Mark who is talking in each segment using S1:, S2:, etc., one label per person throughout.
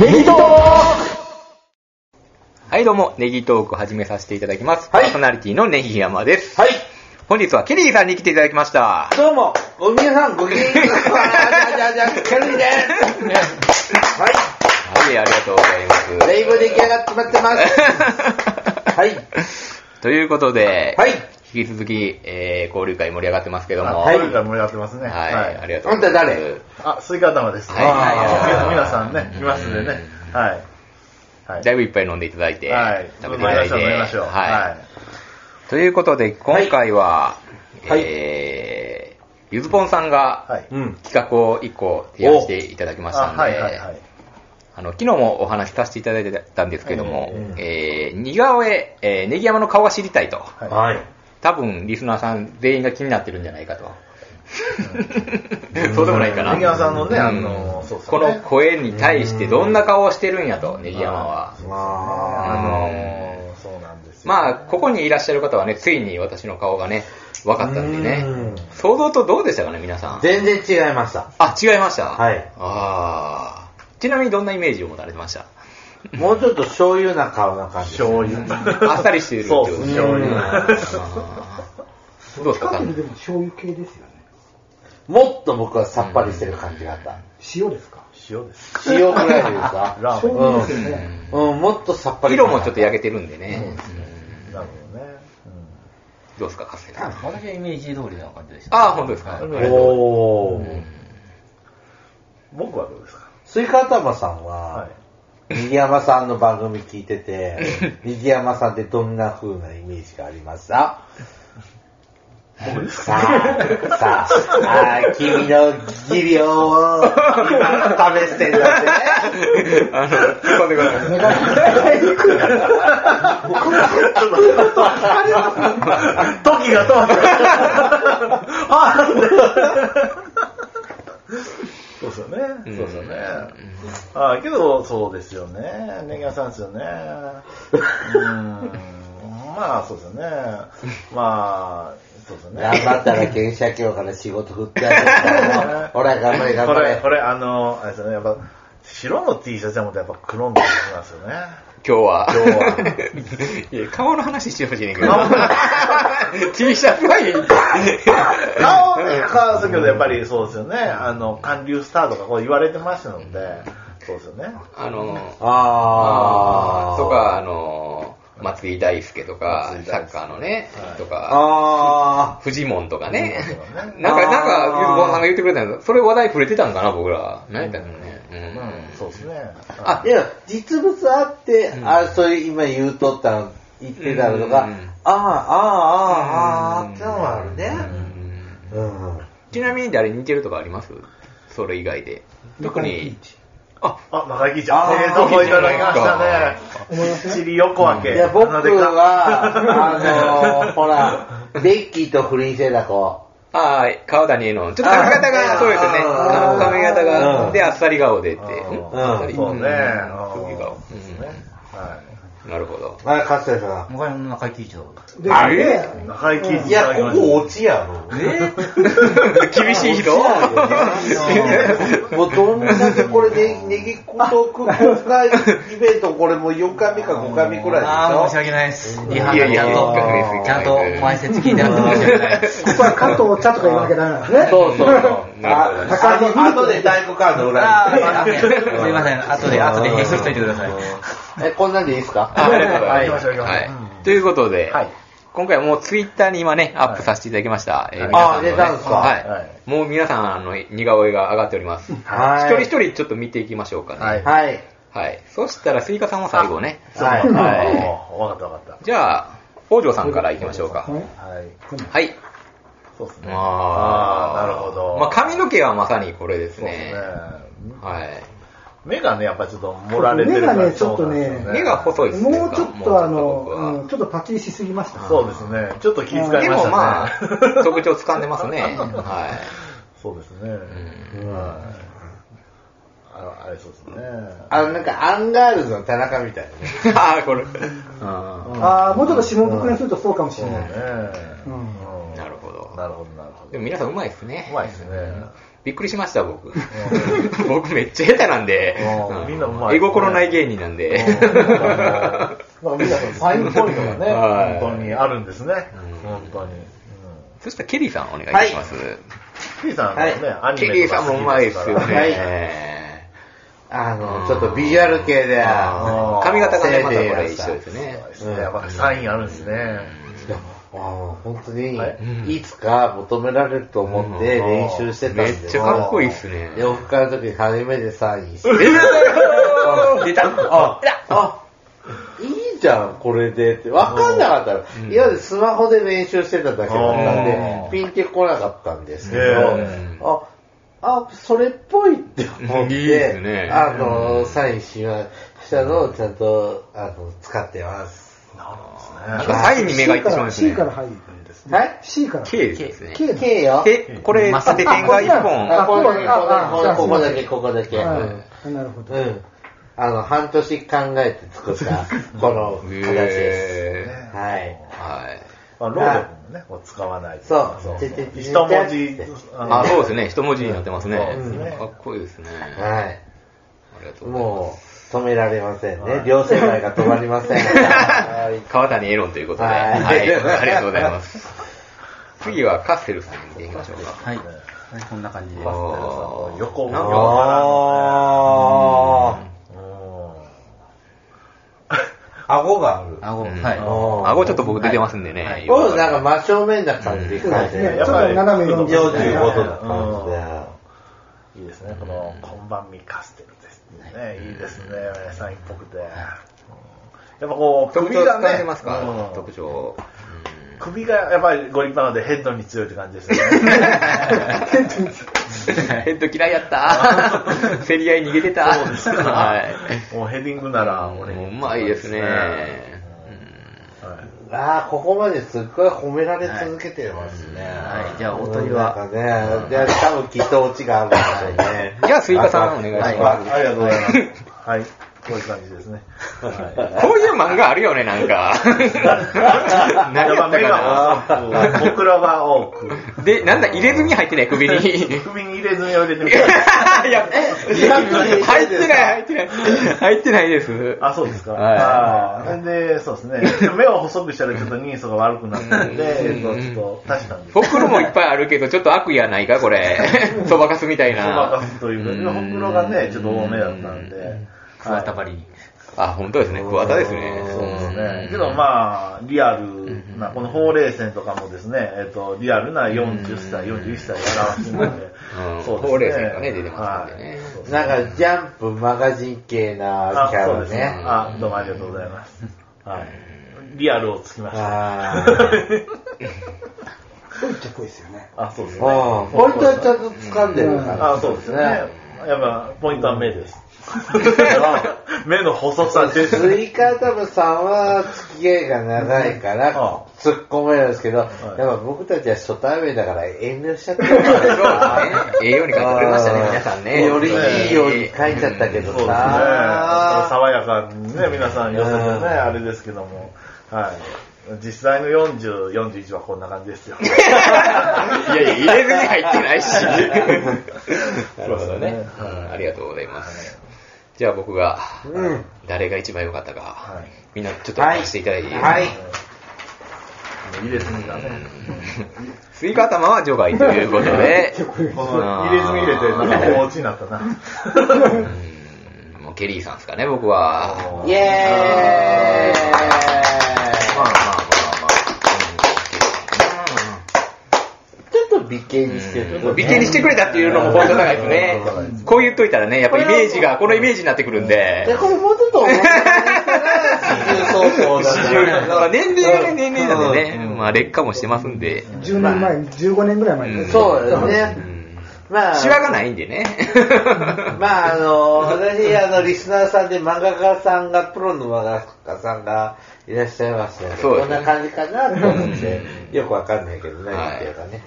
S1: ネギトーク
S2: はい、どうも、ネギトークを始めさせていただきます。
S1: はい
S2: パーソナリティのネギ山です。
S1: はい、
S2: 本日はケリーさんに来ていただきました。
S1: どうも、お皆さんごきげんよう。じゃあじゃあじゃあ、ケルリです。は
S2: はい、ありがとうございます。
S1: い、レイブ出来上がってまってます。 はい。
S2: ということで、
S1: はい。
S2: 引き続き、えー、交流会盛り上がってますけども、
S1: は
S3: はいい。盛り上がってますね。
S2: はいありがとう
S1: あんた誰
S3: あ、スイカ玉です。
S2: はい
S3: あ
S2: はい
S3: ー皆さんね、
S2: うん
S3: いますでね。はい。はい。
S2: だいぶいっぱい飲んでいただいて、
S3: はい。
S2: 食べていただいて、
S3: 飲みましょう、飲みましょう。
S2: は。
S3: はい
S2: ということで、今回は、
S1: はい
S2: えー、ゆずぽんさんが
S3: い。はい。
S1: うん。
S2: 企画を一個提案していただきましたん
S3: あはいはいは
S2: で、
S3: い。
S2: あの、昨日もお話しさせていただいてたんですけども、
S3: うん
S2: えー、似顔絵、えー、ネギ山の顔が知りたいと。
S3: はい
S1: はい。
S2: 多分、リスナーさん全員が気になってるんじゃないかと。 そうでもないかな。
S3: ネギ山さんのね
S2: うん
S3: あのそうです
S2: こ
S3: ね
S2: の声に対してどんな顔をしてるんやと、ネギ山は。
S1: ま
S2: あ
S1: あ、
S2: の
S3: のー、そうなんですよ。
S2: まあ、ここにいらっしゃる方はね、ついに私の顔がね、分かったんで
S1: うん
S2: ね。想像とどうでしたかね、皆さん。
S1: 全然違いました。
S2: あ、違いました
S1: はい。
S2: ああ。ちなみにどんなイメージを持たれてました
S1: もうちょっと醤油な顔な感じ。
S3: 醤 油。
S2: あっさりしてるってこ
S3: そう
S2: と
S3: で
S2: で
S3: す
S2: す
S3: ね、
S2: ね。
S3: 醤
S2: あ
S3: 油。
S2: ーどうですか
S4: でも醤油系ですよね。
S1: もっと僕はさっぱりしてる感じがあった。
S4: 塩ですか
S3: 塩です。
S1: 塩ぐらいですか
S3: ラーメン。
S4: 醤油です
S2: う
S4: よね。
S2: ん
S1: うん、もっとさっぱり
S2: 色もちょっと焼けてるんでね。
S3: なるほどね。
S2: うんどうですか、カステラ。
S5: 私はイメージ通りな感じでした。
S2: ああ、本当ですか。
S3: うん
S1: お
S2: う
S1: ー。
S2: ん
S3: 僕はどうですか
S1: スイカ頭さん
S3: は
S1: は、
S3: い。
S1: にぎやまさんの番組聞いてて、にぎやまさんってどんな風なイメージがありましたさあ、さあ、あー君の技量を今試してんだってね。
S2: あの、突っ込んでください。
S3: 時が止まった。あそうですよね。そうですよね。ああ、けど、そうですよね。ネギ屋さんですよね。うーん。まあ、そうですよね。まあ、そうですよね。
S1: 頑張ったら検査協から仕事振ってあげるから。ほら、頑張れ、頑張
S3: これ、
S1: れ
S3: こ。れ、あの、あれですよね。やっぱ、白の T シャツでもやっぱ黒の T シャツなんですよね。
S2: 今日は。
S3: 今日はい
S2: や顔の話してほしいねんけど。T シャツはいい。
S3: 顔をね、顔ですけど、やっぱりそうですよね。あの、韓流スターとかこう言われてましたので、そうですよね。
S2: あの、
S1: あー。
S2: とか、あの、松井大輔とか
S3: 松、井大輔
S2: サッカーのね
S3: は、い
S2: とか、
S1: あ
S2: フジモンとかね
S3: フジモンとか。ね
S2: なんか、なん
S1: あー
S2: か、ゆずぼんさんが言ってくれたんだそれ話題触れてたんかな、僕ら。何やったのね。
S3: うん、
S2: う
S3: そうですね。
S2: あ
S1: ー。いや、実物あって、あ、それ今言うとったの、言ってたのが、
S2: うん
S1: あー、あー、あー、あー、ってのはあるね。
S2: ん。
S1: うん。
S2: ちなみに誰に似てるとかありますそれ以外で。特
S4: ピ
S2: に
S4: ー。チ
S2: あ、
S3: あ、中井貴一、
S1: あ
S3: あ
S1: ー
S3: ええとこいただきました
S4: 思い
S3: ね。き
S4: ま
S3: っ
S4: す
S3: ちり横分け。
S1: いや、僕
S3: なのでか
S1: は、あのー、ほら、ベッキーと不倫してた子。
S2: あー川谷絵音。ちょっと髪型
S1: あー
S2: が、そうですよね。
S1: あ
S2: あ
S1: ー
S2: の髪型
S1: うん
S2: が、で、あっさり顔でって。
S3: あ
S2: ん
S3: ー
S2: あっさり
S3: そう
S2: うん
S3: ね。うん
S2: 不顔。
S3: そうですね。は
S2: うんなるほ ど。
S1: あれ、かつてさ
S5: 昔の中井貴一だろ
S4: で
S2: あれ
S4: で
S3: い。中井貴一
S1: ん。い
S3: いただ
S1: や、
S3: きま
S1: こ
S3: した。
S1: こ落ちやろ。
S2: 厳しい人
S1: もうどんだけこれね、ネギコトーク公開イベント、これもう4回目か5回目くらいでしょ。
S5: ああ、申し訳ないです。リハ
S2: い
S5: ー
S2: や
S5: サ
S2: いや
S5: ルちゃんと
S2: いやいやいや、
S5: ちゃんと前説聞いてやって申し 訳ないです。
S4: ここは加藤茶とか言わなきゃダメなんですね。
S1: そうそうそう。
S2: なるほどね
S1: あの、あとで太鼓カード裏
S5: あ
S1: に。
S5: あ、すみません。後で、後で編集しといてください。
S1: え、こんなんでいいですか
S2: あありがとうござい
S3: は
S2: ま
S3: い
S2: す。はい。ということで、
S3: はい
S2: 今回はもうツイッターに今ね、アップさせていただきました。えー皆さ
S1: あ
S2: のね
S1: 出たんですか
S3: は
S2: はいい。もう皆さん、あの、似顔絵が上がっております。一
S1: はい
S2: 人一人ちょっと見ていきましょうかね。
S3: はい
S1: はい。
S2: はい。そしたら、スイカさんは最後ね。
S3: そう
S1: はい
S3: はいわかったわかっ
S2: じゃあ、北条さんから行きましょうか。
S3: た。はい。
S2: はい。
S3: そうですね。
S2: あ
S3: あーなるほど。
S2: まあ、髪の毛はまさにこれです
S3: そうです
S2: ね。
S3: ね。
S2: はい。
S3: 目がね、やっぱちょっと盛られてるから
S4: 目がねちょっとね
S3: そうなんですよ
S2: 目が細いですね。
S4: もうちょっとあ
S2: 僕は
S4: の、うんちょっとパッキリしすぎました。
S3: そうですね。ちょっと気遣いましたね。
S2: でもま あ、特徴掴んでますね。は
S3: そうですね。はいああれそうですね。
S1: あの、なんか、アンガールズの田中みたいなね。
S2: い。 ああ、これ。
S4: ああ、もうちょっと指紋確認するとそうかもしれ
S3: そう
S4: な
S3: ね
S4: い。うん
S3: うん
S2: なるほど
S3: なるほど、なるほ
S2: で
S3: ど。
S2: も皆さんうまいですね。
S3: うまいですね。
S2: びっくりしました、僕。 僕めっちゃ下手なんで
S3: うん、
S2: うん
S3: みんなうまい
S2: 絵心ない芸人なんで。
S3: なんか皆さんサインっぽいのがね、
S2: はい
S3: 本当にあるんですね。本当に。うん
S2: そしたらケリーさんお願いします。
S3: ケリーさんはね、アニ
S2: ケ
S3: メ
S2: リー
S3: とか
S2: さん
S3: 好
S2: もう
S3: き
S2: まい
S3: で
S2: ですす
S3: か
S2: よ
S3: ら。
S2: ね。
S1: あの、ちょっとビジュアル系で、
S3: あー
S2: 髪型がね、またこ
S1: せい
S2: れ
S1: で
S2: 一緒ですね
S3: そう。ですねやっぱサインあるんですね。
S1: いやあー本当に
S3: はい
S2: うん
S1: いつか求められると思って
S3: うん
S1: 練習してたんで、
S2: めっちゃかっこいいっすね
S1: 洋服買う時初めてサインして、
S5: 出たあ
S1: あいいじゃん、これでって。わかんなかったら、
S2: うん
S1: 今までスマホで練習してただけだったん
S3: うん
S1: で、ピンってこなかったんですけど、
S2: うん
S1: あ、あ、それっぽいって思って、
S2: いいですね
S1: あの、サインしましたのをちゃんと、あの、使ってます。
S3: なる
S2: なん
S3: ほど
S2: か
S3: ね。
S2: サインに目がいってしまうんです
S4: C から
S2: ね。
S4: 入る。
S1: はい。
S4: C から。
S2: K ですね。
S4: K だ
S1: K よ。
S2: で、これ、縦点が1本。
S1: あ、ここだけ、
S4: ああ
S1: ここだけ、ここだけ。
S4: はいなるほど。
S1: うん。あの、半年考えて作った、この形で
S2: へ
S1: す。は
S2: ーは
S1: い。
S2: い。
S3: まあ、朗読もね、こう使わないと。
S1: そう
S3: そう
S1: てててて
S3: 一文字、
S2: あ、そう
S3: う
S2: ですね。一文字になってますね。
S3: そうですね
S2: かっこいいですね。あ
S1: はい。
S2: りがとうございます。
S1: もう、止められませんね。両世代が止まりませ ん。はい
S2: 川谷エロンということで、
S1: はい
S2: はい、ありがとうございます。次はカッセルさん見ていきましょうか。
S5: はいはいこんな感じで
S2: あー
S3: 横
S2: なん
S1: あー。顎がある。
S5: 顎
S2: うん
S5: は
S1: お
S2: 顎ちょっと僕出てますんでね。
S5: はい
S1: おなんか真正面な感じ。
S4: そうですね。ちょ
S1: や
S4: っ
S1: っ
S4: と
S1: ぱり
S4: 斜め
S1: 45
S4: 45
S1: 度
S4: 度
S1: な
S4: で。
S1: 感じで。
S3: いいですね、この、こんばんみカステルですね。いいですね、サインっぽくて。うんやっぱこう、
S2: 特
S3: 首
S2: 徴
S3: が
S2: 伝え
S3: ね
S2: てますか、
S3: うん
S2: 特徴。
S3: 首がやっぱりご立派なのでヘッドに強いって感じですね。
S2: ヘッド嫌いやった。競り合い逃げてた。
S3: そうですか
S2: はい。
S3: もうヘディングなら
S2: も
S3: 俺
S2: ううまいですね。
S3: はい
S1: ああ、ここまですっごい褒められ続けてますね。
S5: はいはいじゃあおとりは
S1: なんかね、じゃあ多分きっとオチがあるんでしょうね。
S2: じゃあ、スイカさんお願いしま
S3: ありがとうございます。はい。こういう感じですね。はい。
S2: す。こういう漫画あるよね、なんか。 何や
S3: や
S2: っ
S3: ったぱ目
S2: か
S3: が多く、僕らは多く。
S2: な。で、なんだ、入れ墨入ってない、首に。
S3: 首に入れ墨を入れてみ
S2: いや
S3: たい。、
S2: 入ってない、入ってない。入ってないです。
S3: あ、そうですか。
S2: はい
S3: あーで、そうですね。目を細くしたらちょっと人相が悪くなったので、えっ
S2: う
S3: と
S2: ん
S3: ちょっと足したんです。
S2: ほくろもいっぱいあるけど、ちょっと悪意やないか、これ。そばかすみたい
S3: そば
S2: な
S3: か。すというか、ほくろがね、ちょっと多めだったんで。
S5: い桑田ばりに
S2: あ、本当ですね。桑田ですね。
S3: そうですね。け
S2: う
S3: ど
S2: ん
S3: まあ、リアルな、このほうれい線とかもですね、えっと、リアルな40歳、41歳を表してるので
S2: うん、
S3: そうですね。
S2: ほうれい線がね出てますんでね
S3: はいそう
S1: なんかジャンプマガジン系な
S3: あ、
S1: キャ
S3: そう
S1: ラ
S3: です
S1: ね
S3: ね。。あ、どうもありがとうございます。はい。リアルをつきました。
S1: あ
S4: すごいかっこいいですよね。
S3: あ、そうです
S1: ー
S3: ね。
S1: あー、ポイントはちゃんと掴んでるから。
S3: あ、そうですね。やっぱ、ポイントは 目です。目の細さです。
S1: スイカタブさんは付き合いが長いから
S3: あ
S1: 突っ込めるんですけど、やっぱ僕たちは初対面だから遠慮しちゃって るから
S2: そうですね。ええように書いてくれましたね、皆さんね。
S1: よりいいように書いちゃったけ
S3: そ
S1: ど
S3: うですね。
S1: さ。
S3: 爽やかにね、皆さん寄せてね、
S1: うん
S3: あれですけども。はい。実際の40、41はこんな感じで すよ。
S2: いやいや、入れ墨入ってないし。なるほどね。う
S3: そうですね
S2: んありがとうございます。じゃあ僕が、
S1: うん
S2: 誰が一番良かったか
S3: はい、
S2: みんなちょっと話していただいて。
S1: はい。
S3: 入れ墨がね。
S2: スイカ頭は除外ということで、
S3: この入れ墨入れて、なんかお家になったな。
S2: うんもうケリーさんですかね、僕は。
S1: イ
S2: まあまあ
S1: エーイ
S2: まあまあ。うん
S1: ちょっと美形にしてる。
S2: 美形にしてくれたっていうのもポイント高いですね。こう言っといたらね、やっぱイメージが、このイメージになってくるん
S1: で、
S2: で。
S1: これもうちょっと重いから、四十相当だ
S2: 40だ
S1: ね。
S2: から年齢がね、年齢なんでね、まあ劣化もしてますんで。
S4: 10年前、15年ぐらい前
S2: うん
S1: そうです
S2: う
S1: ね。
S2: ん
S1: まあ、
S2: シワがないんでね。
S1: まああの、私、あの、リスナーさんで漫画家さんが、プロの漫画家さんがいらっしゃいますので、
S2: そうで
S1: こ
S2: す
S1: ん
S2: ね
S1: な感じかなと思って、よくわかんないけど、何言ってるかね。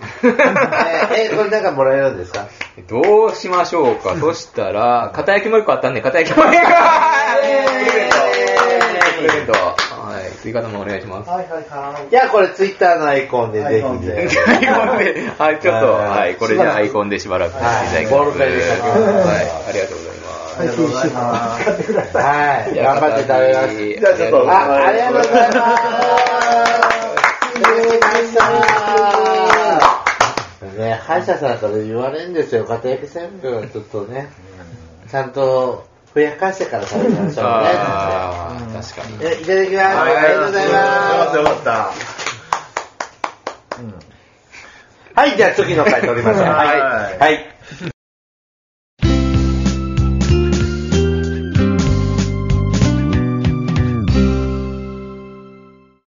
S1: えーえ、これなんかもらえるんですか
S2: どうしましょうか。そしたら、肩焼きもう一個あったんで、肩焼きもう一個。プレゼント。プレゼント。はい。追加のもお願いします。
S4: はいはいはい。
S1: じゃあこれツイッターのアイコンでぜ
S4: アイコン
S1: ひ
S4: で
S1: ね。
S2: アイコンで、 はい、ちょっと、はい、これでアイコンでしばらくしていただきます。
S1: はいボールペンで書きます
S2: はい、ありがとうござい
S4: はい、
S2: ま
S4: 九州さん使ってください。
S1: はい。
S2: す。
S1: 頑張って食べます。
S2: いや
S3: じゃあちょっと
S1: あ、ありがとうございます。ね、歯医者さんから言われるんですよ、家庭専務はちょっとね、ちゃんとふやかしてから食べましょ
S2: あ
S1: う
S2: ー
S1: ね。
S2: 確かに。
S1: えいただきます。ありがとうござい
S3: よ
S1: ま
S3: かった。よかった。うん
S1: す。はい、じゃあ次の回取りましょう。
S3: はい
S1: はい。はい